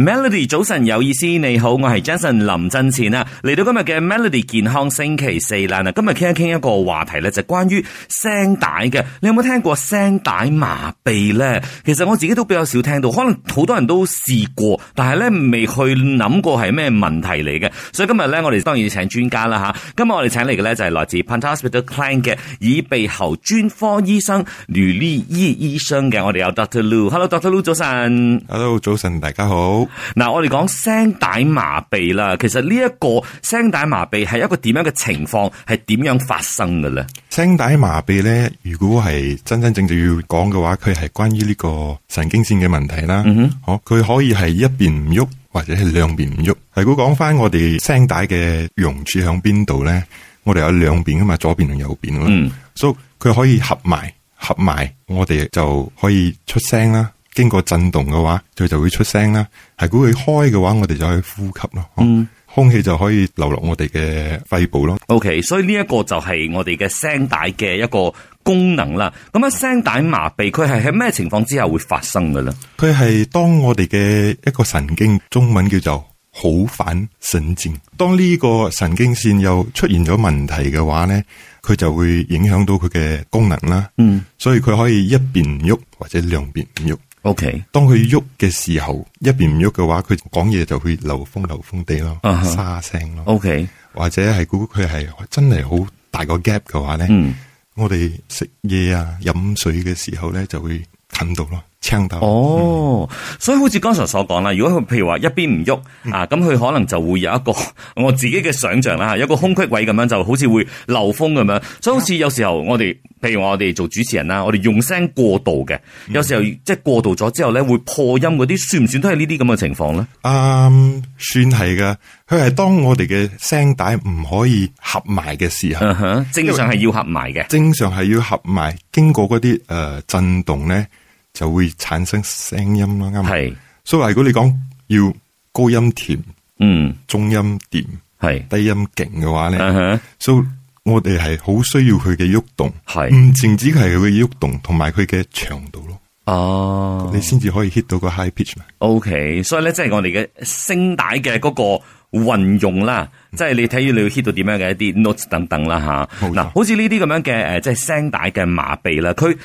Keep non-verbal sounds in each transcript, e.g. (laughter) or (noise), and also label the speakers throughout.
Speaker 1: Melody 早晨有意思，你好，我係 Jason 林振前啊，嚟到今日嘅 Melody 健康星期四啦。嗱，今日傾一傾一個話題咧，就關於聲帶嘅。你有冇聽過聲帶麻痹咧？其實我自己都比較少聽到，可能好多人都試過，但係咧未去諗過係咩問題嚟嘅。所以今日咧，我哋當然要請專家啦吓。今日我哋請嚟嘅咧就係來自 Pantai Hospital Klang 嘅耳鼻喉專科醫生呂立毅醫生嘅。我哋有 Dr. Lu。Hello，Dr. Lu，早晨。
Speaker 2: Hello，早晨，大家好。
Speaker 1: 嗱，我哋講聲帶麻痹啦，其實呢一個聲帶麻痹係一個點樣嘅情況，係點樣發生嘅咧？
Speaker 2: 聲帶麻痹咧，如果係真真正正要講嘅話，佢係關於呢個神經線嘅問題啦。好、佢可以係一邊唔喐，或者係兩邊唔喐。係如果講翻我哋聲帶嘅用處響邊度咧，我哋有兩邊噶嘛，左邊同右邊啊嘛。
Speaker 1: 嗯
Speaker 2: 所以佢可以合埋合埋，我哋就可以出聲啦。經過震動嘅話，佢就會出聲啦。係如果佢開嘅話，我哋就可以呼吸咯。哦空氣就可以流落我哋嘅肺部咯。
Speaker 1: OK，所以呢一個就係我哋嘅聲帶嘅一個功能啦。咁啊，聲帶麻痹佢係喺咩情況之下會發生嘅咧？
Speaker 2: 佢係當我哋嘅一個神經，中文叫做好反神經。當呢個神經線又出現咗問題嘅話呢，佢就會影響到佢嘅功能啦。
Speaker 1: 嗯
Speaker 2: 所以佢可以一邊唔喐或者兩邊唔喐。
Speaker 1: ，OK，
Speaker 2: 當佢喐嘅時候，一邊唔喐嘅話，佢講嘢就會流風流風地咯
Speaker 1: 啊哈
Speaker 2: 沙聲咯，
Speaker 1: OK，
Speaker 2: 或者係估佢係真係好大個 gap 嘅話呢，
Speaker 1: 嗯，
Speaker 2: 我哋食嘢啊、飲水嘅時候呢，就會近到咯，呛到。
Speaker 1: 哦，所以好似剛才所講啦，如果佢譬如話一邊唔喐、啊，咁佢可能就會有一個 (laughs) 我自己嘅想像啦嚇，有一個空隙位咁樣，就好似會漏風咁樣。所以好似有時候我哋，譬如話我哋做主持人啊啦，我哋用聲過度嘅，有時候即係過度咗之後咧，會破音嗰啲，算唔算都係呢啲咁嘅情況咧？
Speaker 2: 啊、算係噶。佢係當我哋嘅聲帶唔可以合埋嘅時候，
Speaker 1: 嗯哼，正常係要合埋嘅。
Speaker 2: 正常係要合埋，經過嗰啲誒震動咧，就會產生聲音啦。啱唔啱？
Speaker 1: 係，
Speaker 2: 所以話如果你講要高音甜、
Speaker 1: 嗯，
Speaker 2: 中音甜、
Speaker 1: 係，
Speaker 2: 低音勁嘅話咧，
Speaker 1: 嗯哼，
Speaker 2: 所以我哋係好需要佢嘅喐動，
Speaker 1: 係，
Speaker 2: 唔淨止係佢嘅喐動，同埋佢嘅長度咯，
Speaker 1: 哦。
Speaker 2: 你先至可以 hit 到個 high pitch 嘛。
Speaker 1: O、k 所以咧，即係我哋嘅聲帶嘅嗰個運用啦，即係你睇住你要 hit 到點樣嘅一啲 notes 等等啦吓，
Speaker 2: 嗯冇錯
Speaker 1: 嗱，好似呢啲咁樣嘅誒，即係聲帶嘅麻痹啦，佢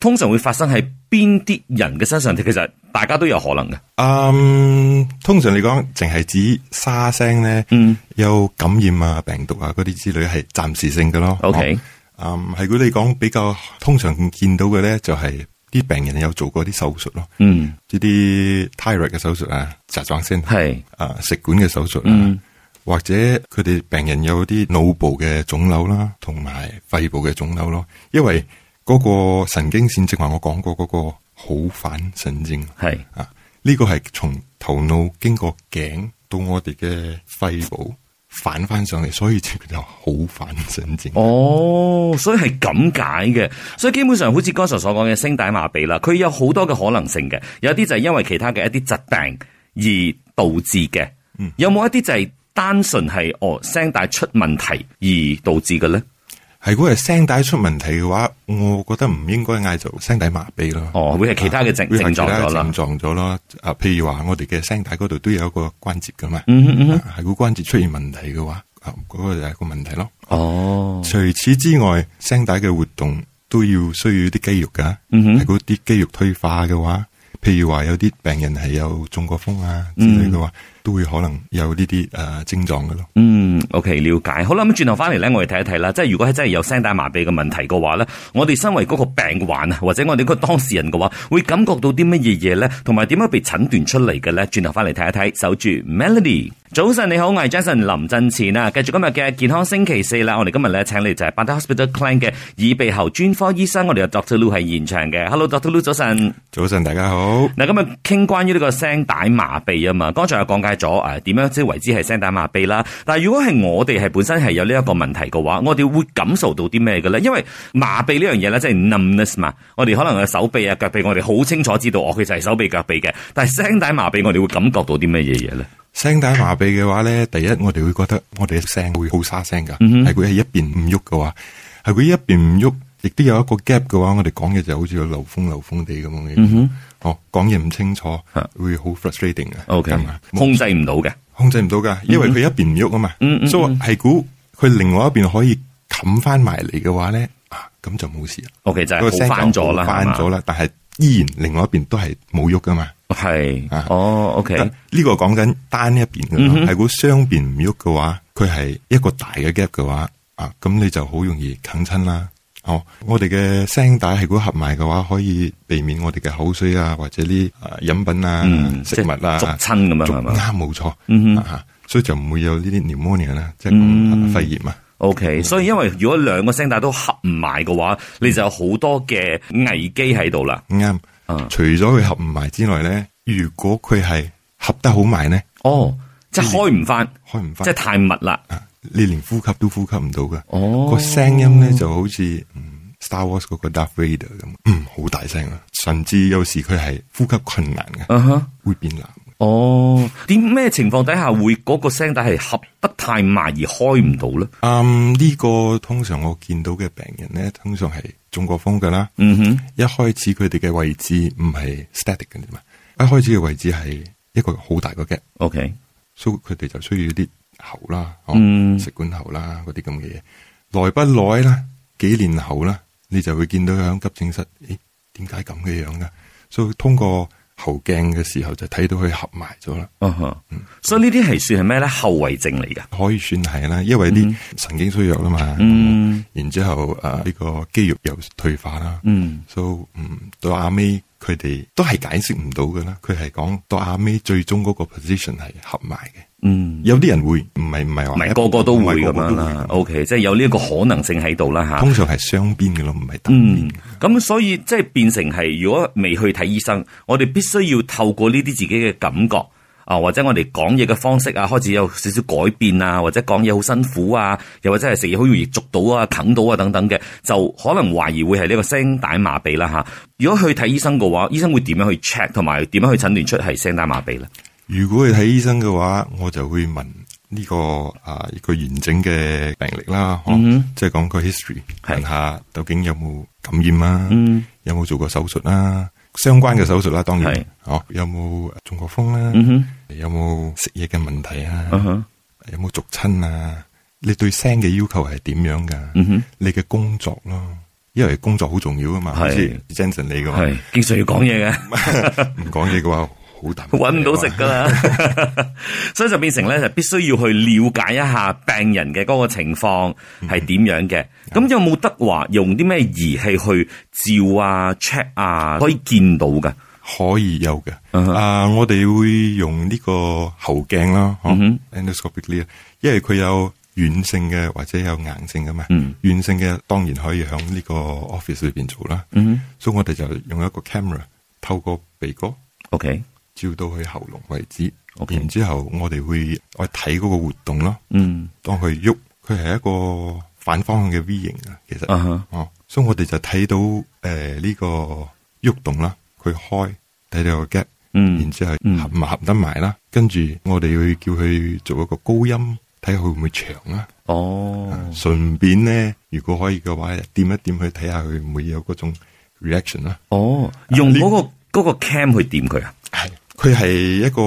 Speaker 1: 通常會發生喺邊啲人嘅身上？其實大家都有可能嘅。
Speaker 2: 嗯，通常嚟講，淨係指沙聲咧，
Speaker 1: 嗯
Speaker 2: 有感染啊、病毒啊嗰啲之類係暫時性嘅咯。
Speaker 1: ，OK，
Speaker 2: 哦嗯，係如果你講比較通常見到嘅咧，就係、啲病人有做過啲手術咯，
Speaker 1: 嗯，
Speaker 2: 呢啲 thyroid 嘅手術啊、甲狀腺
Speaker 1: 係，
Speaker 2: 啊、食管嘅手術啊，
Speaker 1: 嗯
Speaker 2: 或者佢哋病人有啲腦部嘅腫瘤啦，同埋肺部嘅腫瘤咯，因為嗰個神經線，正話我講過嗰個好反神經。
Speaker 1: 係，
Speaker 2: 啊，呢、個係從頭腦經過頸到我哋嘅肺部反翻上嚟，所以佢就好反神經。
Speaker 1: 哦，所以係咁解嘅，所以基本上好似剛才所講嘅聲帶麻痹啦，佢有好多嘅可能性嘅，有啲就係因為其他嘅一啲疾病而導致嘅，
Speaker 2: 嗯
Speaker 1: 有冇一啲就係單純係哦聲帶出問題而導致嘅咧？
Speaker 2: 係如果係聲帶出問題嘅話，我覺得唔應該嗌做聲帶麻痹咯。啊
Speaker 1: 哦，會係其他嘅症
Speaker 2: 會
Speaker 1: 症
Speaker 2: 係其他
Speaker 1: 狀咗
Speaker 2: 嘅
Speaker 1: 啦
Speaker 2: 症。狀咗啦。啊，譬如話我哋嘅聲帶嗰度都有一個關節噶嘛，
Speaker 1: 嗯哼嗯哼，
Speaker 2: 啊係個關節出現問題嘅話，啊嗰、個就係個問題咯。
Speaker 1: 哦，
Speaker 2: 除此之外，聲帶嘅活動都要需要啲肌肉噶。
Speaker 1: 嗯哼，
Speaker 2: 係嗰啲肌肉退化嘅話，譬如話有啲病人係有中過風啊之類嘅話，都會可能有呢啲誒症狀嘅咯。
Speaker 1: 嗯，OK，了解。好啦，咁轉頭翻嚟咧，我哋睇一睇啦。即係如果係真係有聲帶麻痹嘅問題嘅話咧，我哋身為嗰個病患啊，或者我哋嗰個當事人嘅話，會感覺到啲乜嘢嘢咧？同埋點樣被診斷出嚟嘅咧？轉頭翻嚟睇一睇，守住 Melody。早晨你好，我係 Jason 林振前啊。繼續今日嘅健康星期四啦。我哋今日咧請嚟就係 Pantai Hospital Klang 嘅耳鼻喉專科醫生，我哋有 Dr. Lu 喺現場嘅。Hello，Dr. Lu，早晨。
Speaker 2: 早晨，大家好。
Speaker 1: 嗱，今日傾關於呢個聲帶麻痹啊嘛，剛才又講解咗誒點樣即係為之係聲帶麻痹啦。但係如果係我哋係本身係有呢一個問題嘅話，我哋會感受到啲咩嘅咧？因為麻痹呢樣嘢咧，即係 numbness 嘛，我哋可能嘅手臂啊、腳臂，我哋好清楚知道哦，佢就係手臂、腳臂嘅。但係聲帶麻痹，我哋會感覺到啲咩嘢嘢咧？
Speaker 2: 聲帶麻痹嘅話咧，第一我哋會
Speaker 1: 嗯
Speaker 2: 覺得我哋嘅聲會好沙聲噶，係佢係一邊唔喐嘅話，係佢一邊唔喐，亦都有一個 gap 嘅話，我哋講嘢就好似有漏風漏風地咁樣嘅。
Speaker 1: 嗯哼
Speaker 2: 哦，講嘢唔清楚
Speaker 1: 嚇，
Speaker 2: 會好 frustrating 嘅。
Speaker 1: ，OK，
Speaker 2: 係嘛冇
Speaker 1: 控制唔到嘅，
Speaker 2: 控制唔到噶，因為佢一邊唔喐啊嘛
Speaker 1: 嗯嗯嗯，
Speaker 2: 所以係估佢另外一邊可以冚翻埋嚟嘅話咧，啊咁就冇事啦。
Speaker 1: ，OK 就
Speaker 2: 個
Speaker 1: 係
Speaker 2: 聲
Speaker 1: 好翻咗啦，
Speaker 2: 翻咗啦，但係依然另外一邊都係冇喐噶嘛。
Speaker 1: 係嘛，
Speaker 2: 啊
Speaker 1: 係，哦，OK，
Speaker 2: 但呢個講緊單一邊嘅
Speaker 1: 嗯哼
Speaker 2: 啦，係估雙邊唔喐嘅話，佢係一個大嘅 gap 嘅話，啊咁你就好容易啃親啦。哦，我哋嘅聲帶係估合埋嘅話，可以避免我哋嘅口水啊，或者啲啊飲品啊、
Speaker 1: 嗯，即
Speaker 2: 食物
Speaker 1: 係
Speaker 2: 啊
Speaker 1: 逐親咁樣係嘛
Speaker 2: 啱冇錯，
Speaker 1: 嗯哼
Speaker 2: 啊所以就唔會有呢啲 pneumonia 啦，即係
Speaker 1: 嗯
Speaker 2: 講肺炎啊。
Speaker 1: ？OK，所以因為如果兩個聲帶都合唔埋嘅話，你就有好多嘅危機喺度啦。
Speaker 2: 啱，
Speaker 1: 啊，
Speaker 2: 除咗佢合唔埋之外咧，如果佢係合得好埋咧，
Speaker 1: 哦，即係開唔翻，
Speaker 2: 開唔
Speaker 1: 即係
Speaker 2: 翻，
Speaker 1: 太密啦。
Speaker 2: 啊你連呼吸都呼吸唔到噶。
Speaker 1: 哦，
Speaker 2: 個聲音咧就好似嗯 Star Wars 嗰個 Darth Vader 咁，嗯，好大聲啊，甚至有時佢係呼吸困難嘅，
Speaker 1: 啊哈，
Speaker 2: 會變藍。
Speaker 1: 哦，點咩情況底下會嗰個聲帶係合得太埋而開唔到咧？
Speaker 2: 嗯，呢個通常我見到嘅病人咧，通常係中過風噶啦。
Speaker 1: 嗯哼，
Speaker 2: 一開始佢哋嘅位置唔係 static 嘅嘛，一開始嘅位置係一個好大個 gap，
Speaker 1: OK，
Speaker 2: 所以佢哋就需要啲喉啦，哦
Speaker 1: 嗯
Speaker 2: 食管喉啦嗰啲咁嘅嘢，耐不耐啦，幾年後啦，你就會見到佢喺急症室，咦點解咁嘅樣噶？所以通過喉鏡嘅時候就睇到佢合埋咗啦，
Speaker 1: 啊哈，所以呢啲係算係咩咧？後遺症嚟噶。
Speaker 2: 可以算係啦，因為啲神經衰弱啦嘛，
Speaker 1: 嗯
Speaker 2: 然之後啊誒呢、個肌肉又退化啦。
Speaker 1: 嗯，
Speaker 2: so 嗯，到阿尾佢哋都係解釋唔到嘅啦。佢係講到阿尾最終嗰個 position 係合埋嘅。
Speaker 1: 嗯，
Speaker 2: 有啲人會唔係唔係話
Speaker 1: 唔係個個都會咁
Speaker 2: 唔係個個
Speaker 1: 樣
Speaker 2: 都會
Speaker 1: 啦。OK，即係有呢一個可能性喺度啦吓。
Speaker 2: 通常係雙邊嘅咯，唔係單
Speaker 1: 嗯
Speaker 2: 邊嘅。，
Speaker 1: 咁所以即係變成係，如果未去睇醫生，我哋必須要透過呢啲自己嘅感覺啊，或者我哋講嘢嘅方式啊，開始有少少改變啊，或者講嘢好辛苦啊，又或者係食嘢好容易捉到啊、啃到啊等等嘅，就可能懷疑會係呢個聲帶麻痹啦吓。如果去睇醫生嘅話，醫生會點樣去 check 同埋點樣去診斷出係聲帶麻痹咧？
Speaker 2: 如果去睇醫生嘅話，我就會問呢、個啊一個完整嘅病歷啦，嗬
Speaker 1: 嗯
Speaker 2: 即係講個 history，
Speaker 1: 係
Speaker 2: 問下究竟有冇感染啊，
Speaker 1: 嗯
Speaker 2: 有冇做過手術啦，相關嘅手術啦，當
Speaker 1: 係
Speaker 2: 然，哦有冇中過風啦，
Speaker 1: 嗯哼
Speaker 2: 有冇食嘢嘅問題啊？
Speaker 1: 嗯哼
Speaker 2: 有冇逐親啊？你對聲嘅要求係點樣噶？
Speaker 1: 嗯哼，
Speaker 2: 你嘅工作咯，因為工作好重要啊噶嘛。
Speaker 1: 係
Speaker 2: 好似 Jensen 你嘅話，
Speaker 1: 係經常要講嘢嘅。
Speaker 2: 唔講嘢嘅話
Speaker 1: (laughs)
Speaker 2: 好大問啊題
Speaker 1: 揾唔到食噶啦，
Speaker 2: (laughs)
Speaker 1: 所以就變成咧就必須要去了解一下病人嘅嗰個情況
Speaker 2: 嗯
Speaker 1: 係點樣嘅。咁、有冇得話用啲咩儀器去照啊、check 啊，可以見到噶？
Speaker 2: 可以有嘅。
Speaker 1: 嗯哼
Speaker 2: 啊，我哋會用呢個喉鏡啦，嗬
Speaker 1: 嗯
Speaker 2: endoscopically，因為佢有軟性嘅或者有硬性噶嘛。
Speaker 1: 嗯
Speaker 2: 軟性嘅當然可以喺呢個 office 裏邊做啦，
Speaker 1: 嗯
Speaker 2: 所以我哋就用一個 camera 透過鼻哥。
Speaker 1: ，OK，
Speaker 2: 照到佢喉嚨為止。
Speaker 1: OK
Speaker 2: 然之後我哋會我睇嗰個活動咯。
Speaker 1: 嗯
Speaker 2: 當佢喐，佢係一個反方向嘅 V 型啊。其實，
Speaker 1: 啊哈，
Speaker 2: 哦，所以我哋就睇到誒呢、個喐動啦，佢開睇到個 gap，然
Speaker 1: 嗯
Speaker 2: 之後
Speaker 1: 嗯
Speaker 2: 合埋合得埋啦。跟住我哋會叫佢做一個高音，睇佢會唔會長啦。
Speaker 1: 哦，
Speaker 2: 啊順便咧，如果可以嘅話，掂一掂佢睇下佢會唔會有嗰種 reaction 啦。
Speaker 1: 哦，
Speaker 2: 啊
Speaker 1: 用嗰、個嗰、個 cam 去掂佢啊，
Speaker 2: 係，佢係一個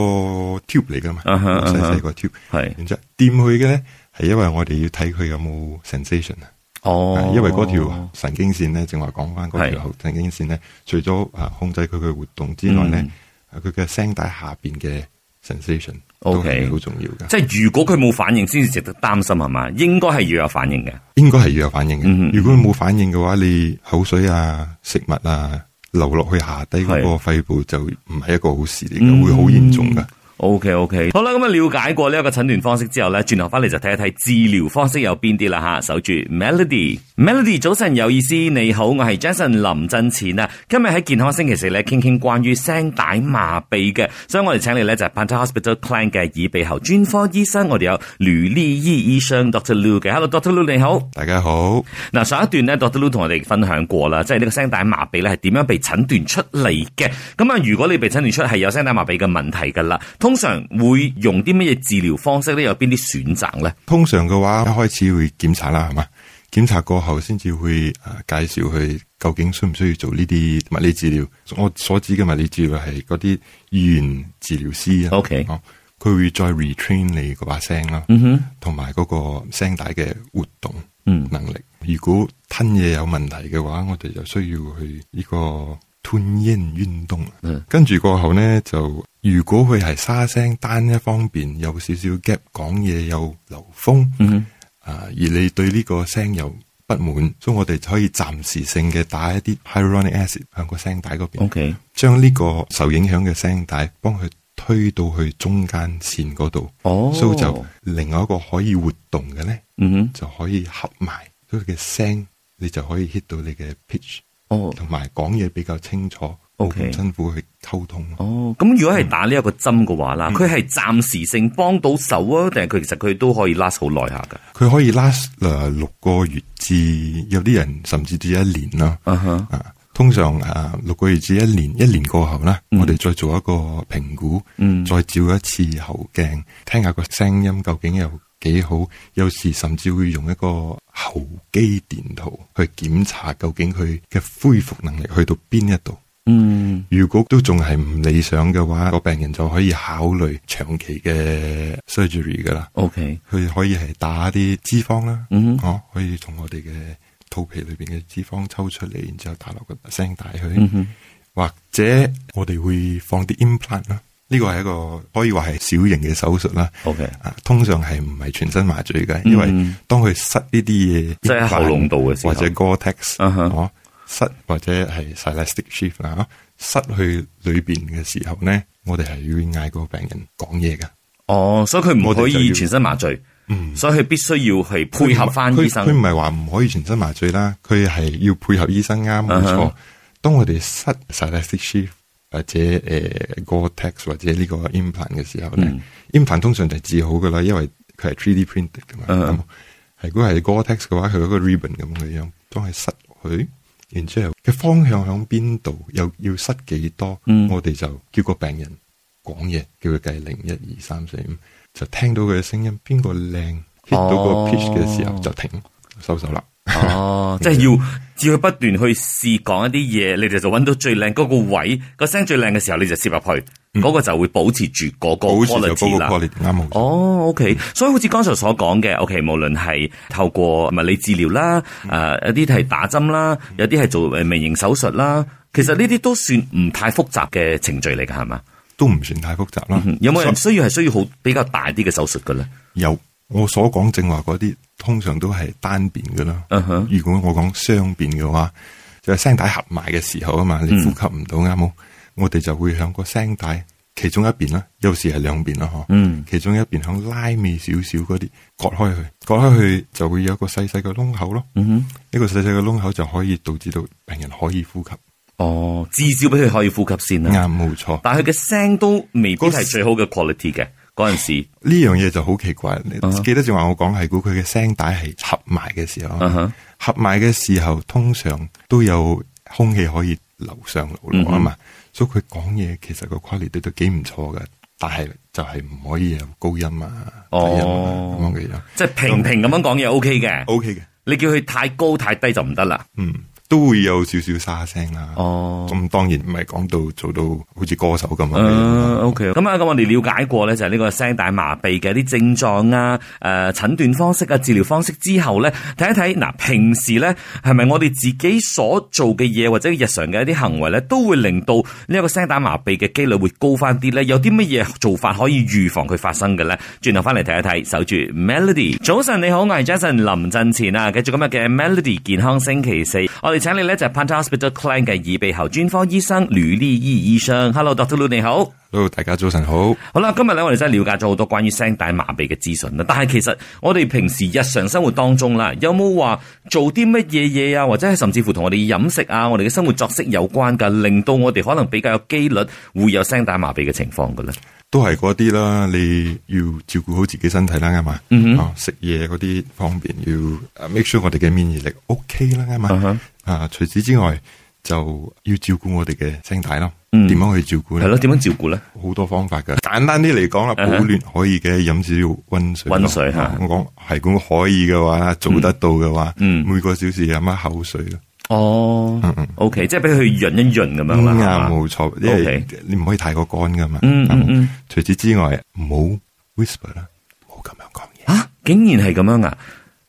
Speaker 2: tube 嚟噶嘛，
Speaker 1: 啊哈啊哈
Speaker 2: 細細個 tube。
Speaker 1: 係
Speaker 2: 然之後掂佢嘅咧，係因為我哋要睇佢有冇 sensation 啊、
Speaker 1: 哦，
Speaker 2: 因為嗰條神經線咧，正話講翻嗰條神經線咧，除咗啊控制佢嘅活動之外咧
Speaker 1: 嗯，
Speaker 2: 啊佢嘅聲帶下邊嘅 sensation 都
Speaker 1: OK
Speaker 2: 係好重要嘅，
Speaker 1: 即係如果佢冇反應，先至值得擔心係嘛？應該係要有反應嘅。
Speaker 2: 應該係要有反應
Speaker 1: 嗯嗯嗯
Speaker 2: 嘅。如果佢冇反應嘅話，你口水啊、食物啊流落去下低嗰個肺部就唔係一個好事嚟
Speaker 1: 嗯
Speaker 2: 嘅，會好嚴重嘅。
Speaker 1: O K O K，好啦，咁啊了解過呢一個診斷方式之後咧，轉頭翻嚟就睇一睇治療方式有邊啲啦吓，守住 Melody，Melody 早晨有意思，你好，我係 Jason 林振前啊，今日喺健康星期四咧，傾傾關於聲帶麻痹嘅，所以我哋請嚟咧就係 Panta Hospital Clinic 嘅耳鼻喉專科醫生，我哋有呂麗醫醫生 Doctor Lu 嘅，Hello Doctor Lu 你好。
Speaker 2: 大家好。
Speaker 1: 嗱，上一段咧，Dr. Lu 同我哋分享過啦，即係呢個聲帶麻痹咧係點樣被診斷出嚟嘅。咁啊，如果你被診斷出係有聲帶麻痹嘅問題㗎啦，通常會用啲乜嘢治療方式咧？有邊啲選擇咧？
Speaker 2: 通常嘅話，一開始會檢查啦，係嘛？檢查過後先至會啊介紹佢究竟需唔需要做呢啲物理治療。我所指嘅物理治療係嗰啲語言治療師啊。
Speaker 1: OK
Speaker 2: 哦佢會再 retrain 你嗰把聲啦，
Speaker 1: 嗯哼，
Speaker 2: 同埋嗰個聲帶嘅活動
Speaker 1: 嗯
Speaker 2: 能力。如果吞嘢有問題嘅話，我哋就需要去呢個吞咽運動。
Speaker 1: 嗯
Speaker 2: 跟住過後呢，就如果佢係沙聲單一方面有少少 gap 講嘢有流風，
Speaker 1: 嗯哼
Speaker 2: 啊，而你對呢個聲又不滿，所以我哋就可以暫時性嘅打一啲 hyaluronic acid 向個聲帶嗰邊，
Speaker 1: 嗯，OK，
Speaker 2: 將呢個受影響嘅聲帶幫佢推到去中間線嗰度，
Speaker 1: 哦，
Speaker 2: 所以就另外一個可以活動嘅呢，
Speaker 1: 嗯哼，
Speaker 2: 就可以合埋，所以佢嘅聲你就可以 hit 到你嘅 pitch，
Speaker 1: 哦。
Speaker 2: 同埋講嘢比較清楚，冇
Speaker 1: OK
Speaker 2: 咁辛苦去溝通
Speaker 1: 哦，
Speaker 2: 咯。
Speaker 1: 嗯咁如果係打呢一個針嘅話啦，佢係暫時性幫到手啊，定係佢其實佢都可以 last 好耐下噶？
Speaker 2: 佢可以 last 誒六個月至有啲人甚至至一年啦。
Speaker 1: 啊哈，
Speaker 2: 啊，通常啊六個月至一年，一年過後啦，我哋再做一個評估，
Speaker 1: 嗯
Speaker 2: 再照一次喉鏡，聽下個聲音究竟有幾好。有時甚至會用一個喉肌電圖去檢查究竟佢嘅恢復能力去到邊一度。
Speaker 1: 嗯，
Speaker 2: 如果都仲係唔理想嘅話，個病人就可以考慮長期嘅 surgery 噶啦。
Speaker 1: OK，
Speaker 2: 佢可以係打啲脂肪啦，
Speaker 1: 嗯
Speaker 2: 哦，可以從我哋嘅肚皮裏邊嘅脂肪抽出嚟，然之後打落個聲帶去，
Speaker 1: 嗯哼，
Speaker 2: 或者我哋會放啲 implant 啦。呢個係一個可以話係小型嘅手術啦。
Speaker 1: OK
Speaker 2: 啊，通常係唔係全身麻醉嘅，因為當佢塞呢啲嘢，
Speaker 1: 嗯即係喺喉嚨度嘅時候
Speaker 2: 或者 Gore-Tex，
Speaker 1: 啊哈
Speaker 2: 哦，塞或者係 silastic sheath 啦，啊塞去裏邊嘅時候呢，我哋係要嗌個病人講嘢噶。
Speaker 1: 哦，所以佢唔
Speaker 2: 我哋
Speaker 1: 可
Speaker 2: 就
Speaker 1: 以
Speaker 2: 要
Speaker 1: 全身麻醉，
Speaker 2: 嗯
Speaker 1: 所以佢必須要係配合翻
Speaker 2: 佢
Speaker 1: 醫生
Speaker 2: 佢。唔係話唔可以全身麻醉啦，佢係要配合醫生啱冇
Speaker 1: 嗯
Speaker 2: 錯
Speaker 1: 哼。
Speaker 2: 當我哋塞 s i l a s t i c sheath 或者誒、呃、Gore-Tex 或者呢個 implant 嘅時候咧、i
Speaker 1: 嗯
Speaker 2: m p l a n t 通常就係治好噶啦，因為佢係 3D printed 噶嘛。
Speaker 1: 嗯哼
Speaker 2: 咁係如果係 Gore-Tex 嘅話，佢有一個 ribbon 咁嘅樣，當係塞落去，然之後嘅方向響邊度，又要塞幾多，
Speaker 1: 嗯
Speaker 2: 我哋就叫個病人講嘢，叫佢計零一二三四五，就聽到佢嘅聲音，邊個靚 hit 到個
Speaker 1: 哦
Speaker 2: pitch 嘅時候就停收手啦。
Speaker 1: 哦，即係要要佢不斷去試講一啲嘢，你哋就揾到最靚嗰個位，個聲最靚嘅時候，你就攝入去，嗰、個就會保持住嗰個
Speaker 2: 嗯保持就高
Speaker 1: quality
Speaker 2: 個
Speaker 1: 啦。
Speaker 2: quality 啱好。
Speaker 1: 哦，OK，所以好似剛才所講嘅，OK，無論係透過物理治療啦，
Speaker 2: 嗯
Speaker 1: 誒、有啲係打針啦，有啲係做呃誒微型手術啦，其實呢啲都算唔太複雜嘅程序嚟㗎，係嘛？嗯
Speaker 2: 都唔算太複雜啦。
Speaker 1: 有冇人
Speaker 2: 所
Speaker 1: 需要係需要好比較大啲嘅手術嘅咧？
Speaker 2: 有？我所講正話嗰啲，通常都係單邊噶啦。
Speaker 1: 嗯哼
Speaker 2: 如果我講雙邊嘅話，就係聲帶合埋嘅時候啊嘛，你
Speaker 1: 嗯
Speaker 2: 呼吸唔到啱冇？我哋就會響個聲帶其中一邊啦，有時係兩邊啦嗬。
Speaker 1: 嗯
Speaker 2: 其中一邊響拉尾少少嗰啲割開佢，割開佢就會有一個細細嘅窿口咯。
Speaker 1: 嗯哼，
Speaker 2: 呢個細細嘅窿口就可以導致到病人可以呼吸，
Speaker 1: 哦，至少俾佢可以呼吸先啦。
Speaker 2: 啱冇錯。
Speaker 1: 但係佢嘅聲都未必係最好嘅 quality 嘅嗰陣時。
Speaker 2: 呢樣嘢就好奇怪，你
Speaker 1: 啊哈
Speaker 2: 記得正話我講係估佢嘅聲帶係合埋嘅時候
Speaker 1: 啊哈
Speaker 2: 合埋嘅時候通常都有空氣可以流上
Speaker 1: 嗯
Speaker 2: 流落啊嘛，所以佢講嘢其實個 quality 都幾唔錯嘅，但係就係唔可以有高音啊、低音啊
Speaker 1: 哦
Speaker 2: 咁樣嘅樣。
Speaker 1: 即係平平咁樣講嘢 OK 嘅，
Speaker 2: O K 嘅，
Speaker 1: 你叫佢太高太低就唔得啦。
Speaker 2: 嗯，都會有少少沙聲啦。
Speaker 1: 哦。
Speaker 2: 咁當然唔係講到做到好似歌手咁樣嘅樣
Speaker 1: 啊
Speaker 2: 啦。
Speaker 1: OK，咁啊，咁我哋了解過咧，就係呢個聲帶麻痹嘅一啲症狀啊，誒、診斷方式啊，治療方式之後咧，睇一睇嗱，平時咧係咪我哋自己所做嘅嘢或者日常嘅一啲行為咧，都會令到呢一個聲帶麻痹嘅機率會高翻啲咧？有啲乜嘢做法可以預防佢發生嘅咧？轉頭翻嚟睇一睇，守住 Melody。早晨你好，我係 Jason 林振前啊，繼續今日嘅 Melody 健康星期四，我哋請你咧就係 Panta Hospital Clinic 嘅耳鼻喉專科醫生呂麗儀醫生，Hello，Dr. Lu 你好。
Speaker 2: Hello，大家早晨好。
Speaker 1: 好啦，今日咧我哋真係了解咗好多關於聲帶麻痹嘅資訊啦。但係其實我哋平時日常生活當中啦，有冇話做啲乜嘢嘢啊，或者係甚至乎同我哋飲食啊、我哋嘅生活作息有關噶，令到我哋可能比較有機率會有聲帶麻痹嘅情況嘅咧？
Speaker 2: 都係嗰啲啦，你要照顧好自己身體啦，啱嘛？
Speaker 1: 嗯
Speaker 2: 啊食嘢嗰啲方面要啊 make sure 我哋嘅免疫力 OK 啦，啱嘛？
Speaker 1: 嗯哼
Speaker 2: 啊，除此之外就要照顧我哋嘅聲帶咯。點樣去照顧
Speaker 1: 嗯係
Speaker 2: 咧？
Speaker 1: 咯，點樣照顧咧？
Speaker 2: 好多方法㗎，簡單啲嚟講啦，
Speaker 1: 嗯哼
Speaker 2: 保暖可以嘅，飲少温水咯。
Speaker 1: 溫水嚇
Speaker 2: 我講係咁可以嘅話，做得到嘅話，
Speaker 1: 嗯
Speaker 2: 每個小時飲一口水咯。
Speaker 1: 哦
Speaker 2: 嗯嗯
Speaker 1: ，OK，即係俾佢潤一潤咁樣啦，
Speaker 2: 啱
Speaker 1: 係嘛
Speaker 2: 冇錯，因為
Speaker 1: OK
Speaker 2: 你唔可以太過乾㗎嘛。
Speaker 1: 嗯嗯
Speaker 2: 啱冇
Speaker 1: 嗯
Speaker 2: 除此之外，唔好 음, whisper 啦，唔好咁樣講嘢，
Speaker 1: 啊，竟然係咁樣啊！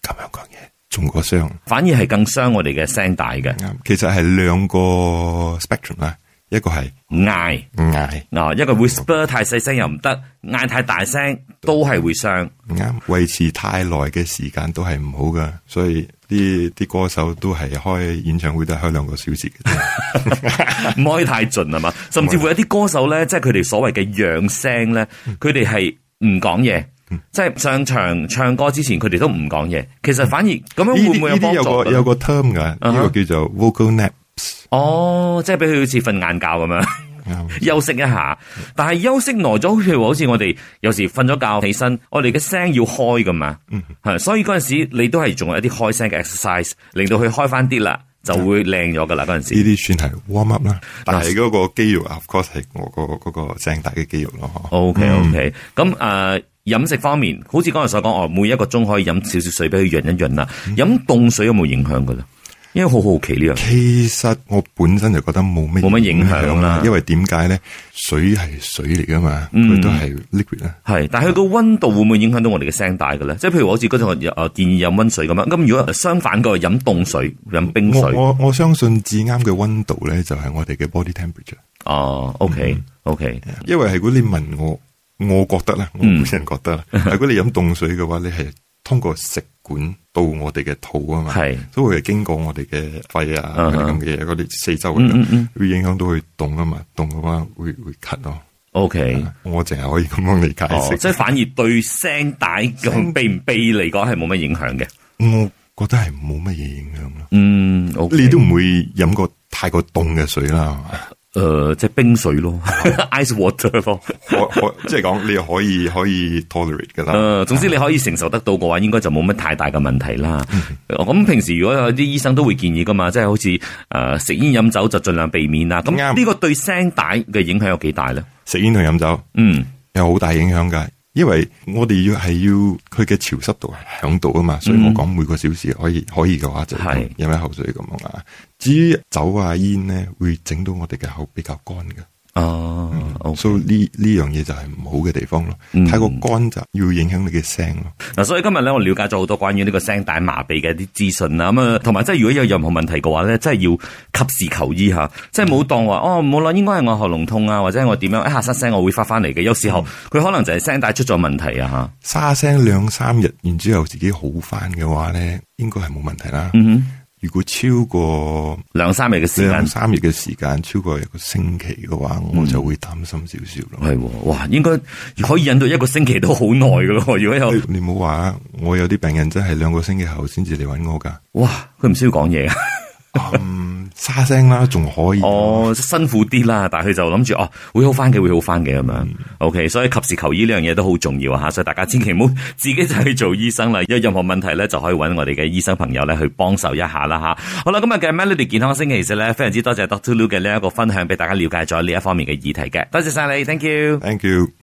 Speaker 2: 咁樣講嘢中過傷。
Speaker 1: 反而係更傷我哋嘅聲帶嘅
Speaker 2: 啱，其實係兩個 음, spectrum 아, 음,啦，一個係
Speaker 1: 嗌
Speaker 2: 嗌
Speaker 1: 嗱，一個 whisper 太細聲又唔得，嗌太大聲都係會傷。
Speaker 2: 啱，維持太耐嘅時間都係唔好噶，所以啲啲歌手都係開演唱會都係開兩個小時嘅啫。
Speaker 1: 唔可以太盡啊嘛，甚至乎有啲歌手咧，即係佢哋所謂嘅養聲咧，
Speaker 2: 嗯
Speaker 1: 佢哋係唔講嘢，即係上場唱歌之前佢哋都唔講嘢。其實反而咁樣
Speaker 2: 嗯呢
Speaker 1: 會唔會有
Speaker 2: 啲呢啲
Speaker 1: 幫
Speaker 2: 有
Speaker 1: 助
Speaker 2: 個
Speaker 1: 咧？
Speaker 2: 有個 term 噶，呢、
Speaker 1: 啊哈
Speaker 2: 個叫做 vocal naps 음,
Speaker 1: 哦，即係俾佢好似瞓晏覺咁樣 (laughs)
Speaker 2: 啱。
Speaker 1: 休息一下。但係休息耐咗，譬如好似我哋有時瞓咗覺起身，我哋嘅聲要開噶嘛，
Speaker 2: 嗯
Speaker 1: 係所以嗰陣時你都係仲有一啲開聲嘅 exercise，令到佢開翻啲啦，就
Speaker 2: 嗯
Speaker 1: 會靚咗噶啦嗰陣時
Speaker 2: 呢。啲算係 warm up 啦，但係嗰個肌肉啊 of course 係我個嗰、個聲帶嘅肌肉咯。嗬
Speaker 1: O K O K，咁誒飲食方面，好似剛才所講，哦，每一個鐘可以飲少少水俾佢潤一潤啦。飲凍水有冇影響㗎咧？因為好好奇呢樣嘢。
Speaker 2: 嗯其實我本身就覺得冇咩
Speaker 1: 冇乜影響啦
Speaker 2: 因為點解咧？水係水嚟噶嘛，佢、都係 liquid 啦。
Speaker 1: 係，但係佢個温度會唔會影響到我哋嘅聲帶嘅咧？即係譬如我好似嗰陣我誒建議飲温水咁樣，咁如果呃相反個飲凍水、飲冰
Speaker 2: 我
Speaker 1: 水，
Speaker 2: 我我相信至啱嘅温度咧，就係、我哋嘅 body temperature。
Speaker 1: 哦，O K
Speaker 2: 嗯
Speaker 1: O K，
Speaker 2: 因為係如果你問我，我覺得啦，我
Speaker 1: 嗯
Speaker 2: 本人覺
Speaker 1: (laughs)
Speaker 2: 得啦，如果你飲凍水嘅話，你係通過食管到我哋嘅肚啊嘛，
Speaker 1: 係
Speaker 2: 都會經過我哋嘅肺啊
Speaker 1: 嗯
Speaker 2: 嗰啲
Speaker 1: 嗯
Speaker 2: 咁嘅嘢，嗰啲四周
Speaker 1: 嗯嗯
Speaker 2: 嗰
Speaker 1: 嗯
Speaker 2: 度，會影響到佢凍啊嘛，凍嘅話會會咳咯。
Speaker 1: O K，
Speaker 2: 我淨啊係可以咁樣嚟解
Speaker 1: 哦，
Speaker 2: 釋，
Speaker 1: 即係反而對聲帶咁
Speaker 2: 聲
Speaker 1: 避唔避嚟講係冇乜影響嘅。
Speaker 2: 我覺得係冇乜嘢影響咯。
Speaker 1: 嗯，O K，
Speaker 2: 你都唔會飲過太過凍嘅水啦，係嘛
Speaker 1: 誒呃即係冰水
Speaker 2: (laughs)
Speaker 1: 咯，ice water 咯。
Speaker 2: 可可即係講你可以可以 tolerate 噶
Speaker 1: 誒、
Speaker 2: 啦。
Speaker 1: 呃總之你可以承受得到嘅話，應該就冇乜太大嘅問題啦。
Speaker 2: 嗯
Speaker 1: 呃我咁、平時如果有啲醫生都會建議噶嘛，即係好似誒、呃食煙飲酒就盡量避免啦。咁
Speaker 2: 啱
Speaker 1: 呢個對聲帶嘅影響有幾大咧？
Speaker 2: 食煙同飲酒。
Speaker 1: 嗯，
Speaker 2: 有好大影響噶，因為我哋要係要佢嘅潮濕度係響度啊嘛，所以我講每個小時可以可以嘅話就
Speaker 1: 嗯係
Speaker 2: 飲一口水咁樣啊。至於酒啊煙咧，會整到我哋嘅口比較乾嘅，
Speaker 1: 哦、好
Speaker 2: 嗯所以呢呢樣嘢就係唔好嘅地方咯。
Speaker 1: 嗯
Speaker 2: 太過乾就要影響你嘅聲咯。
Speaker 1: 嗱，所以今日咧，我了解咗好多關於呢個聲帶麻痹嘅一啲資訊啦。咁啊，同埋即係如果有任何問題嘅話咧，真係要及時求醫嚇，即係冇當話哦，冇啦，應該係我喉嚨痛啊，或者我點樣一下失聲，我會發翻嚟嘅。有時
Speaker 2: 嗯
Speaker 1: 候佢可能就係聲帶出咗問題啊嚇。
Speaker 2: 沙聲兩三日，然之後自己好翻嘅話咧，應該係冇問題啦。
Speaker 1: 嗯哼，
Speaker 2: 如果超過
Speaker 1: 兩三日嘅時間
Speaker 2: 兩。三日嘅時間，超過一個星期嘅話，我
Speaker 1: 嗯
Speaker 2: 就會擔心少少咯。
Speaker 1: 係喎，哇！應該可以忍到一個星期都好耐噶咯。 (laughs) 如果有
Speaker 2: 你唔好話啊，我有啲病人真係兩個星期後先至嚟揾我噶。
Speaker 1: 哇，佢唔需要講嘢㗎
Speaker 2: 嗯，沙聲啦，仲可以。啊
Speaker 1: 哦，辛苦啲啦，但係佢就諗住哦，會好翻嘅，會好翻嘅咁樣。OK，所以及時求醫呢樣嘢都好重要啊吓，所以大家千祈唔好 (laughs) 自己就去做醫生啦。有任何問題咧，就可以揾我哋嘅醫生朋友咧去幫手一下啦吓。好啦，今日嘅 Melody 健康星期四咧，非常之多謝 Doctor Lu 嘅呢一個分享，俾大家了解咗呢一方面嘅議題嘅。多謝晒你，Thank you。
Speaker 2: Thank you。